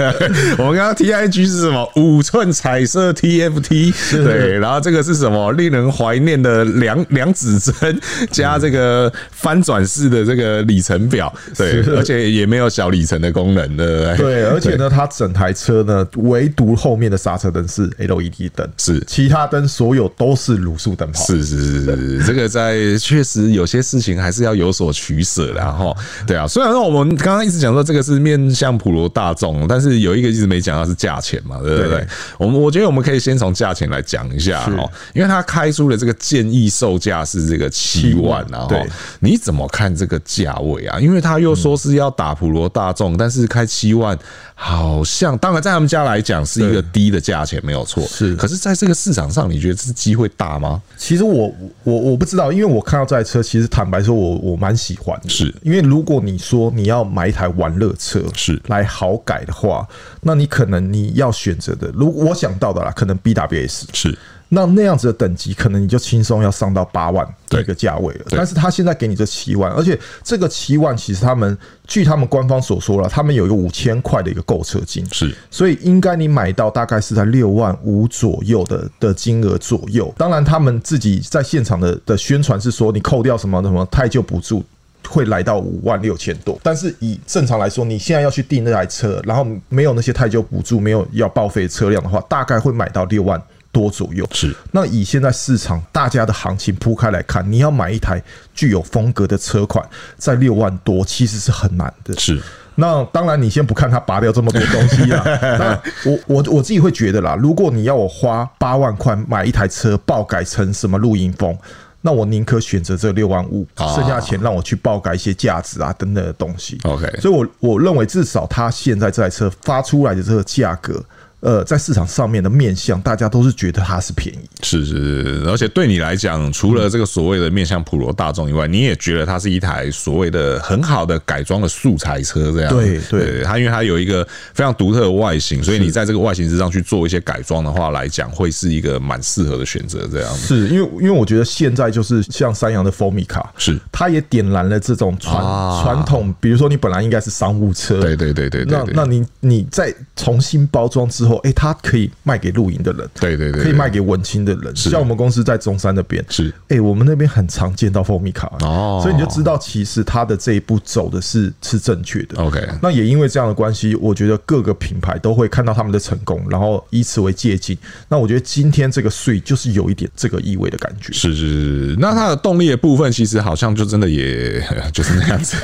我们刚刚 T I G 是什么？五寸彩色 T F T，对，然后这个是什么？令人怀念的两两指针加这个翻转式的这个里程表，对，
是
而且也没有小里程的功能，对不对？
对，而且呢，它整台车呢，唯独后面的刹车灯是 LED 灯，
是
其他灯所有都是卤素灯泡。
是是是是，是，这个在确实有些事情还是要有所取舍啦哈。对啊，虽然说我们刚刚一直讲说这个是面向普罗大众，但是有一个一直没讲到是价钱嘛，对不对
对？
我们我觉得我们可以先从价钱来讲一下哈，因为他开出的这个建议售价是这个七万啊，
对
哈，你怎么看这个价位啊？因为他又说是要打普罗大众，但是开七万好像，当然在他们家来讲是一个低的价钱没有错，
是
可是在这个市场上，你觉得这机会大吗？
其实我我我不知道，因为我看到这台车，其实坦白说我，我蛮喜欢的。
是
因为如果你说你要买一台玩乐车
是
来好改的话，那你可能你要选择的，如我想到的啦，可能 BWS。
是
那那样子的等级，可能你就轻松要上到八万
对
一个价位了。
对
但是他现在给你这七万，而且这个七万其实他们据他们官方所说了，他们有一个五千块的一个购车金，
是
所以应该你买到大概是在六万五左右的的金额左右。当然，他们自己在现场的的宣传是说，你扣掉什么什么太旧补助。会来到五万六千多，但是以正常来说，你现在要去订那台车，然后没有那些太旧补助，没有要报废的车辆的话，大概会买到六万多左右。
是
那以现在市场大家的行情铺开来看，你要买一台具有风格的车款，在六万多其实是很难的。
是
那当然，你先不看它拔掉这么多东西 啦。那我我我自己会觉得啦，如果你要我花八万块买一台车，爆改成什么露营风，那我宁可选择这六万五，
啊
剩下的钱让我去爆改一些价值啊等等的东西。
OK
所以我我认为至少它现在这台车发出来的这个价格。呃，在市场上面的面向，大家都是觉得它是便宜，
是是是，而且对你来讲，除了这个所谓的面向普罗大众以外，你也觉得它是一台所谓的很好的改装的素材车这样。
对对
它因为它有一个非常独特的外形，所以你在这个外形之上去做一些改装的话来讲，会是一个蛮适合的选择这样。
是因为因为我觉得现在就是像三洋的 f o m i c a
是
它也点燃了这种传
啊
传、统，比如说你本来应该是商务车，
对对对对对
那
对，
那你你再重新包装之后，哎、它可以卖给露营的人，
对对对，
可以卖给文青的人。像我们公司在中山那边，
是
哎、我们那边很常见到蜂蜜卡、
哦
所以你就知道其实它的这一步走的是是正确的。
OK
那也因为这样的关系，我觉得各个品牌都会看到他们的成功，然后以此为借鉴。那我觉得今天这个税就是有一点这个意味的感觉。
是是是是，那它的动力的部分其实好像就真的也 就是那样 子，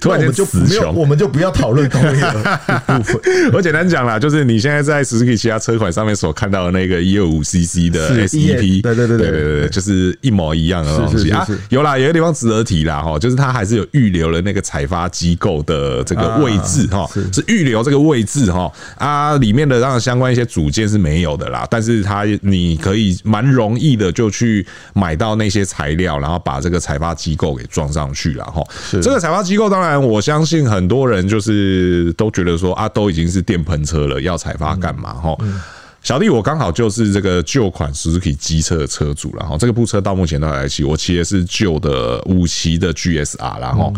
突然
那我
间
们就
词
没有，
穷。
我们就不要讨论同一个部分。
我简单讲啦，就是你现在在 Suzuki 其他车款上面所看到的那个一二五 CC 的
是
SEP，
对对对对
对对对，就是一模一样的东
是是
西
是
啊
是。
有啦，有个地方值得提啦哈，就是它还是有预留了那个采发机构的这
啊
个位置哈，是预留这个位置哈啊，里面的当然相关一些组件是没有的啦，但是它你可以蛮容易的就去买到那些材料，然后把这个采发机构给装上去了哈。这个采发机构当然我相信很多人就是都觉得说啊，都已经是电喷车了，要采发干嘛哈？齁小弟我刚好就是这个旧款 Suzuki 机车的车主然后这个部车到目前都还在骑，我骑的是旧的五骑的 GSR 然后。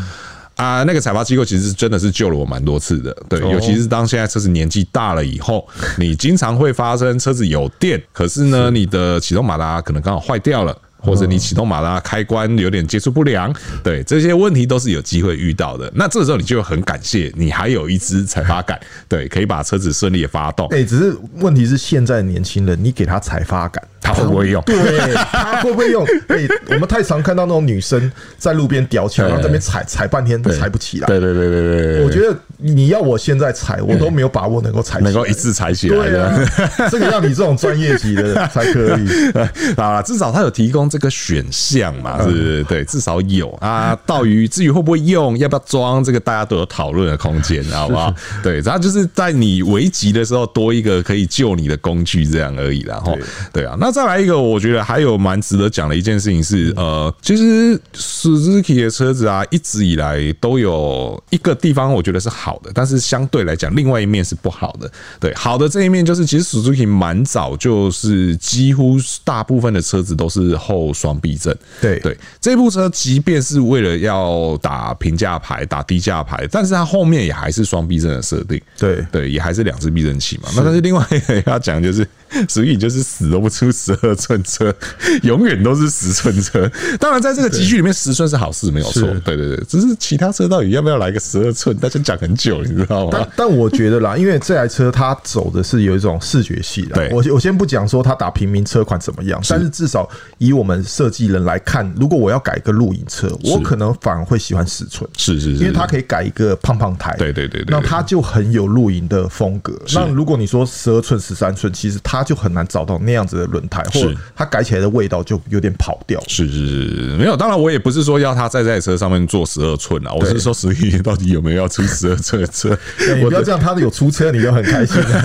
啊，那个采伐机构其实真的是救了我蛮多次的，
哦
对，尤其是当现在车子年纪大了以后，你经常会发生车子有电，可是呢，你的启动马达可能刚好坏掉了。或
哦
者你启动马达开关有点接触不良，对这些问题都是有机会遇到的。那这时候你就很感谢你还有一支踩发杆，对，可以把车子顺利的发动。
哎、只是问题是现在的年轻人，你给他财发感，
他会不会用
对，他会不会用？哎、我们太常看到那种女生在路边吊起来，然后在那边踩踩半天踩不起来。
对对对对对对，
我觉得你要我现在踩，我都没有把握能够踩起来，
能够一次踩起来
对
的。
啊，这个要你这种专业级的才可以。
啊，至少他有提供这个选项嘛，是不是？对，至少有啊。到于至于会不会用，要不要装，这个大家都有讨论的空间，好不好？对，然后就是在你危急的时候多一个可以救你的工具，这样而已啦。然后，对啊，那再来一个，我觉得还有蛮值得讲的一件事情是，
嗯
呃，其实呃 Suzuki 的车子啊，一直以来都有呃一个地方我觉得是好的，但是相对来讲，另外一面是不好的。对，好的这一面就是，其实 Suzuki 蛮早就是几乎大部分的车子都是后双避震。
对
对，这部车即便是为了要打平价牌、打低价牌，但是它后面也还是双避震的设定。
对
对，也还是两只避震器嘛。那但是另外一个要讲就是， 所以就是死都不出十二寸车， 永远都是十寸车。当然，在这个集聚里面，十寸是好事，没有错
是。
对对对，只是其他车到底要不要来个十二寸，大家讲很久，你知道吗
但？但我觉得啦，因为这台车它走的是有一种视觉系的
对。
我我先不讲说它打平民车款怎么样，但是至少以我们设计人来看，如果我要改一个露营车，我可能反而会喜欢尺寸，
是是是，
因为它可以改一个胖胖台。
对对对对对
那它就很有露营的风格。那如果你说十二寸、十三寸，其实它就很难找到那样子的轮胎，或者
是
它改起来的味道就有点跑掉。
是是是，是没有。当然，我也不是说要他在这台车上面做十二寸啊，我是说十一到底有没有要出十二寸的 车？
哎你
我
不要这样，它有出车你就很开心了。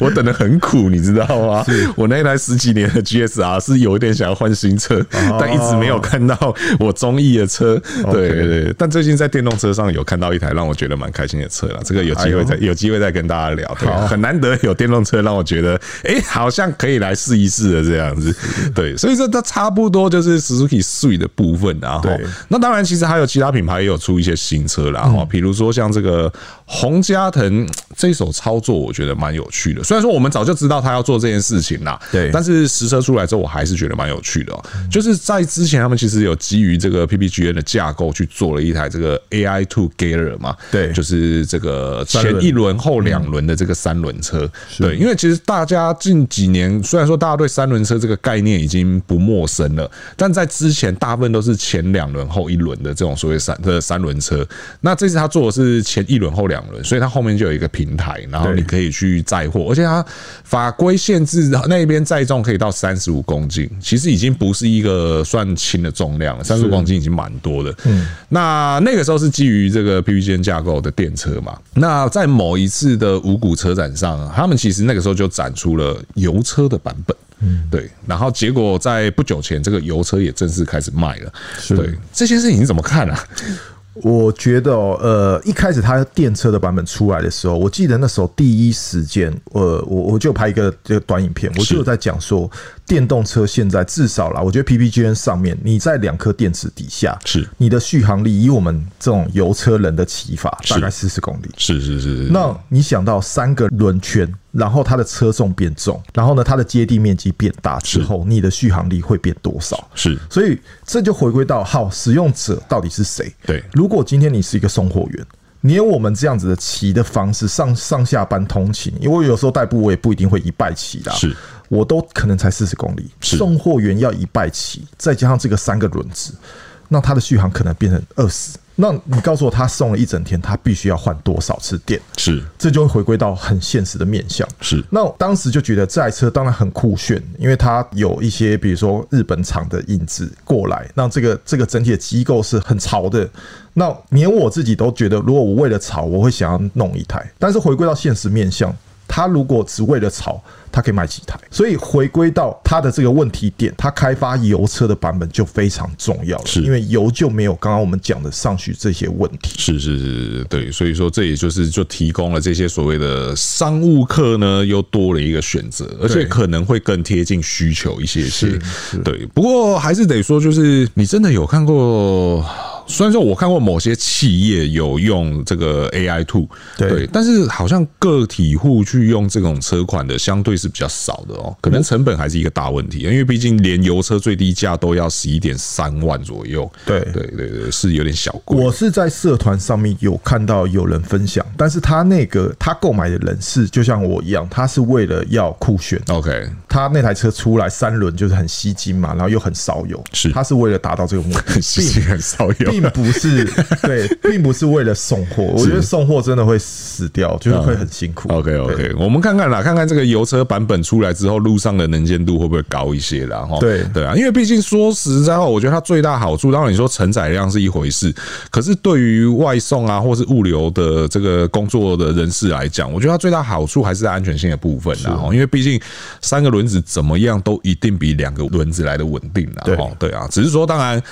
我等的很苦，你知道吗？我那一台十几年的 GSR 是有一点想要换新车，但一直没有看到我中意的车。对对对，但最近在电动车上有看到一台让我觉得蛮开心的车了。这个有机会再有机会再跟大家聊。对，啊很难得有电动车让我觉得，哎，好像可以来试一试的这样子。对，所以这这差不多就是 Suzuki Sui 的部分啊。哈
对
那当然，其实还有其他品牌也有出一些新车
嗯
啦，哦哈、比如说像这个洪嘉腾这手操作，我觉得蛮有趣的。虽然说我们早就知道他要做这件事情啦，
对嗯
但是实车出来之后，我还是觉得蛮有趣的、哦。就是在之前，他们其实有基于这个 PPGN 的架构去做了一台这个 AI Two Gear 嘛，
对
就是这个
三轮
前一轮后两轮的这个三轮车，对，因为其实大家近几年虽然说大家对三轮车这个概念已经不陌生了，但在之前大部分都是前两轮后一轮的这种所谓三的三轮车。那这次他做的是前一轮后两轮，所以它后面就有一个平台，然后
对
你可以去载货，而且它法规限制那边载重可以到三十五公斤，其实已经不是一个算轻的重量了，三十五公斤已经蛮多的。嗯，那那个时候是基于这个 PPGN 架构的电车嘛。那在某一次的五谷车展上啊，他们其实那个时候就展出了油车的版本。嗯，对，然后结果在不久前，这个油车也正式开始卖了。对这件事情你怎么看啊？
我觉得哦，呃，一开始它电车的版本出来的时候，我记得那时候第一时间，呃，我我就拍一个这个短影片，我就有在讲说，电动车现在至少啦，我觉得 PPGN 上面，你在两颗电池底下，
是
你的续航力，以我们这种油车人的骑法，
是
大概四十公里。
是是是是，
那你想到三个轮圈，然后它的车重变重，然后呢，它的接地面积变大之后，你的续航力会变多少？
是
所以这就回归到好使用者到底是谁？
对
如果今天你是一个送货员。你有我们这样子的骑的方式上上下班通勤，因为有时候代步我也不一定会一拜骑啦，
是
我都可能才四十公里，
是
送货员要一拜骑，再加上这个三个轮子，那它的续航可能变成二十。那你告诉我，他送了一整天，他必须要换多少次电？
是
这就会回归到很现实的面向。
是
那我当时就觉得这台车当然很酷炫，因为它有一些比如说日本厂的印制过来，让这个这个整体的机构是很潮的。那连我自己都觉得，如果我为了潮，我会想要弄一台。但是回归到现实面向，他如果只为了炒，他可以买几台。所以回归到他的这个问题点，他开发油车的版本就非常重要了，
是
因为油就没有刚刚我们讲的上去这些问题。
是是是是是，对，所以说这也就是就提供了这些所谓的商务客呢，又多了一个选择，而且可能会更贴近需求一些些。对，不过还是得说，就是你真的有看过。虽然说我看过某些企业有用这个 AI Two，
对
对，但是好像个体户去用这种车款的相对是比较少的哦，可能成本还是一个大问题，因为毕竟连油车最低价都要十一点三万左右，
对
对对对，是有点小贵。
我是在社团上面有看到有人分享，但是他那个他购买的人是就像我一样，他是为了要酷炫，
OK，
他那台车出来三轮就是很吸睛嘛，然后又很少油，
是
他是为了达到这个目 的，
其实很少有。
并不 是对，并不是为了送货。我觉得送货真的会死掉，就是啊会很辛苦。
OK
对
OK，我们看看啦，看看这个油车版本出来之后，路上的能见度会不会高一些啦？哈，
对
对啊，因为毕竟说实在话，哦我觉得它最大好处，当然你说承载量是一回事，可是对于外送啊或是物流的这个工作的人士来讲，我觉得它最大好处还是在安全性的部分啦。哈，因为毕竟三个轮子怎么样都一定比两个轮子来的稳定啦。
对
哈，对啊，只是说当然。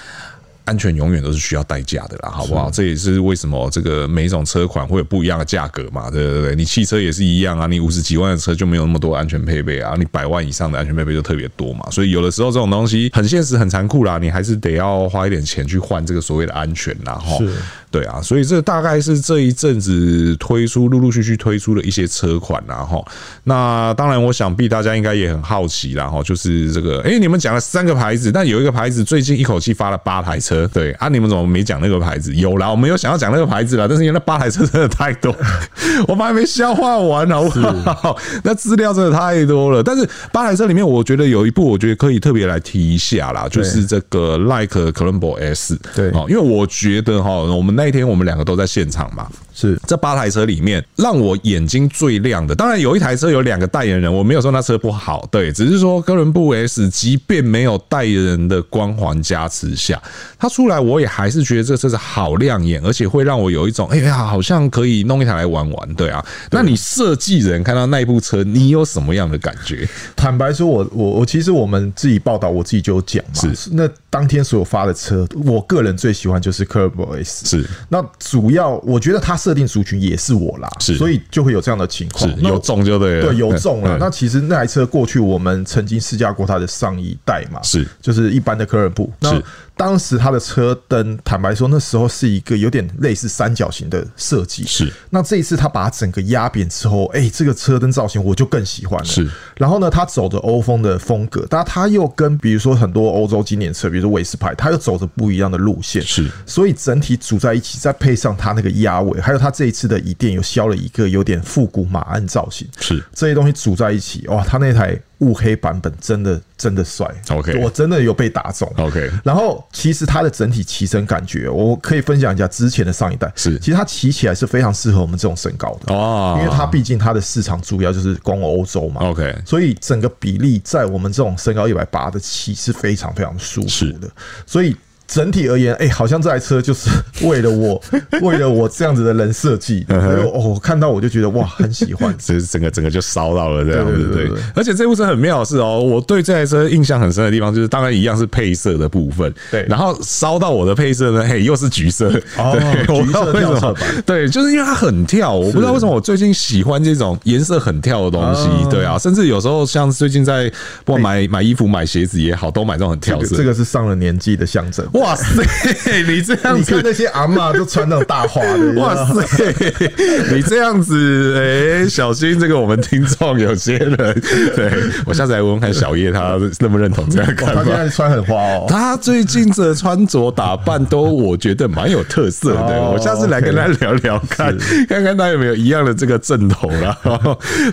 安全永远都是需要代价的啦，好不好？这也是为什么这个每一种车款会有不一样的价格嘛，对对对，你汽车也是一样啊，你五十几万的车就没有那么多安全配备啊，你百万以上的安全配备就特别多嘛，所以有的时候这种东西很现实、很残酷啦，你还是得要花一点钱去换这个所谓的安全啦，哈
是，
对啊，所以这大概是这一阵子推出、陆陆续续推出的一些车款啦，哈。那当然，我想必大家应该也很好奇啦，哈，就是这个，哎、你们讲了三个牌子，但有一个牌子最近一口气发了八台车，对啊，你们怎么没讲那个牌子？有啦，我们有想要讲那个牌子啦，但是因为那八台车真的太多， 我们还没消化完，好不好？ 那资料真的太多了，但是八台车里面，我觉得有一部，我觉得可以特别来提一下啦，就是这个 Like Colombo S，
对
哦，因为我觉得哈，我们那一天我们两个都在现场嘛，
是
这八台车里面，让我眼睛最亮的，当然有一台车有两个代言人，我没有说那车不好，对，只是说哥伦布 S 即便没有代言人的光环加持下，它出来我也还是觉得这车子好亮眼，而且会让我有一种 哎呀，好像可以弄一台来玩玩，对啊。那你设计人看到那部车，你有什么样的感觉？
坦白说我，我我其实我们自己报道，我自己就有讲嘛。是那当天所有发的车，我个人最喜欢就是 Curve S。
是
那主要我觉得它设定族群也是我啦，
是
所以就会有这样的情况
是。
那
有中就哦对了，
对，有中了。
嗯
那其实那台车过去我们曾经试驾过它的上一代嘛，
是
就是一般的科尔布。那
是
当时它的车灯，坦白说那时候是一个有点类似三角形的设计。
是
那这一次它把它整个压扁之后，哎、这个车灯造型我就更喜欢了。
是，
然后呢，它走着欧风的风格，但它又跟比如说很多欧洲经典车，比如说韦斯牌，它又走着不一样的路线。
是
所以整体组在一起，再配上它那个压尾，还有它这一次的椅垫有削了一个有点复古马鞍造型，
是
这些东西组在一起，哇，他那台雾黑版本真的真的帅
OK
我真的有被打中。
OK
然后其实它的整体骑乘感觉，我可以分享一下之前的上一代，
是
其实它骑起来是非常适合我们这种身高的，
哦
因为它毕竟它的市场主要就是光欧洲嘛。
OK
所以整个比例在我们这种身高一百八的骑是非常非常舒服
是
的，所以。整体而言，哎、好像这台车就是为了我， 为了我这样子的人设计
嗯
的，所以我哦，我看到我就觉得哇，很喜欢，
这整个整个就烧到了这样子，
对对对
对
对对。
而且这部车很妙的是哦，我对这台车印象很深的地方就是，当然一样是配色的部分，
对
然后烧到我的配色呢，嘿，又是橘色，
哦
对，我不知道为什
橘色跳
么
色版，
对，就是因为它很跳，我不知道为什么我最近喜欢这种颜色很跳的东西
哦，哎
对啊，甚至有时候像最近在不管买买衣服、买鞋子也好，都买这种很跳
这个
色
这。个是上了年纪的象征。
哇塞， 你这样
你
子
看那些阿嬷都穿那种大花的，
哇
哇，
塞， 你这样子，哎、小心这个我们听众有些人，对我下次来问问看小叶他认不认同这样的看
他现
法。
在穿很花哦。
他最近的穿着打扮都我觉得蛮有特色的，
哦
我下次来跟他聊聊 看， 看看他有没有一样的这个正头啦。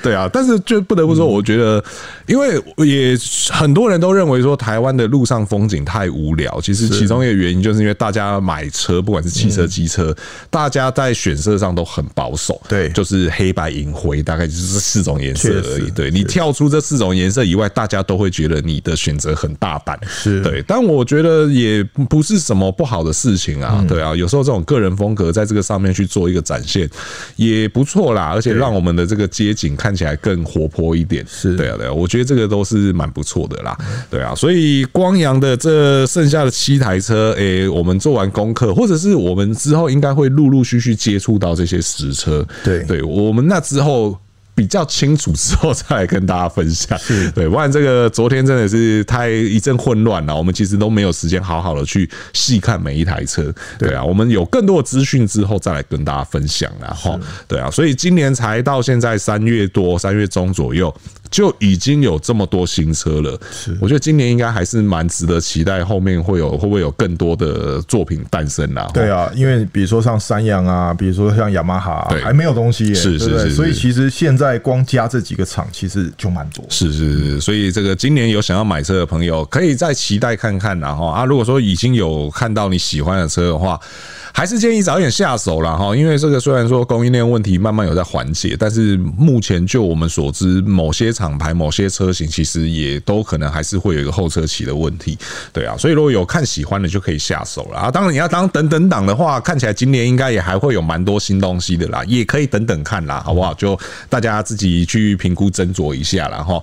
对啊，但是就不得不说，我觉得因为也很多人都认为说台湾的路上风景太无聊，其实其中一个原因就是因为大家买车，不管是汽车、机车，大家在选色上都很保守，
对
就是黑白银灰，大概就是这四种颜色而
确
已。
实
对你跳出这四种颜色以外，大家都会觉得你的选择很大胆，
是
对。但我觉得也不是什么不好的事情啊，
嗯
对啊，有时候这种个人风格在这个上面去做一个展现也不错啦，而且让我们的这个街景看起来更活泼一点，
是
对啊，对啊，我觉得这个都是蛮不错的啦，对啊，所以光阳的这剩下的七台车，诶、我们做完功课，或者是我们之后应该会陆陆续续接触到这些实车，
对
对我们那之后。比较清楚之后再来跟大家分享，对，不然这个昨天真的是太一阵混乱了，我们其实都没有时间好好的去细看每一台车，对啊，我们有更多的资讯之后再来跟大家分享啦，然后对啊，所以今年才到现在三月多、三月中左右就已经有这么多新车了，我觉得今年应该还是蛮值得期待，后面会有会不会有更多的作品诞生啦？
对
啊，
啊，因为比如说像三洋啊，比如说像雅马哈啊
对，
还没有东西耶，
是
对不
是
对
是
所以
是
其实现在光加这几个厂，其实就蛮多。
是是是，所以这个今年有想要买车的朋友，可以再期待看看啦哈。啊，如果说已经有看到你喜欢的车啊的话，还是建议早点下手啦哈，因为这个虽然说供应链问题慢慢有在缓解，但是目前就我们所知，某些厂牌、某些车型其实也都可能还是会有一个后车期的问题，对啊。所以如果有看喜欢的就可以下手了啊。当然你要当等等党的话，看起来今年应该也还会有蛮多新东西的啦，也可以等等看啦，好不好？就大家自己去评估斟酌一下啦。哈。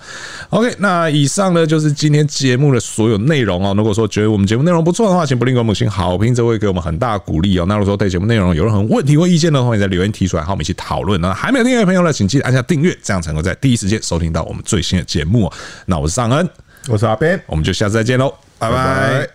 OK，那以上呢就是今天节目的所有内容哦。如果说觉得我们节目内容不错的话，请不吝给我们五星好评，这会给我们很大的鼓励哦。那如果说对节目内容有任何问题或意见的话，欢迎在留言提出来，和我们一起讨论。那还没有订阅的朋友呢，请记得按下订阅，这样才能够在第一时间收听到我们最新的节目、哦。那我是尚恩，
我是阿边，
我们就下次再见喽，拜拜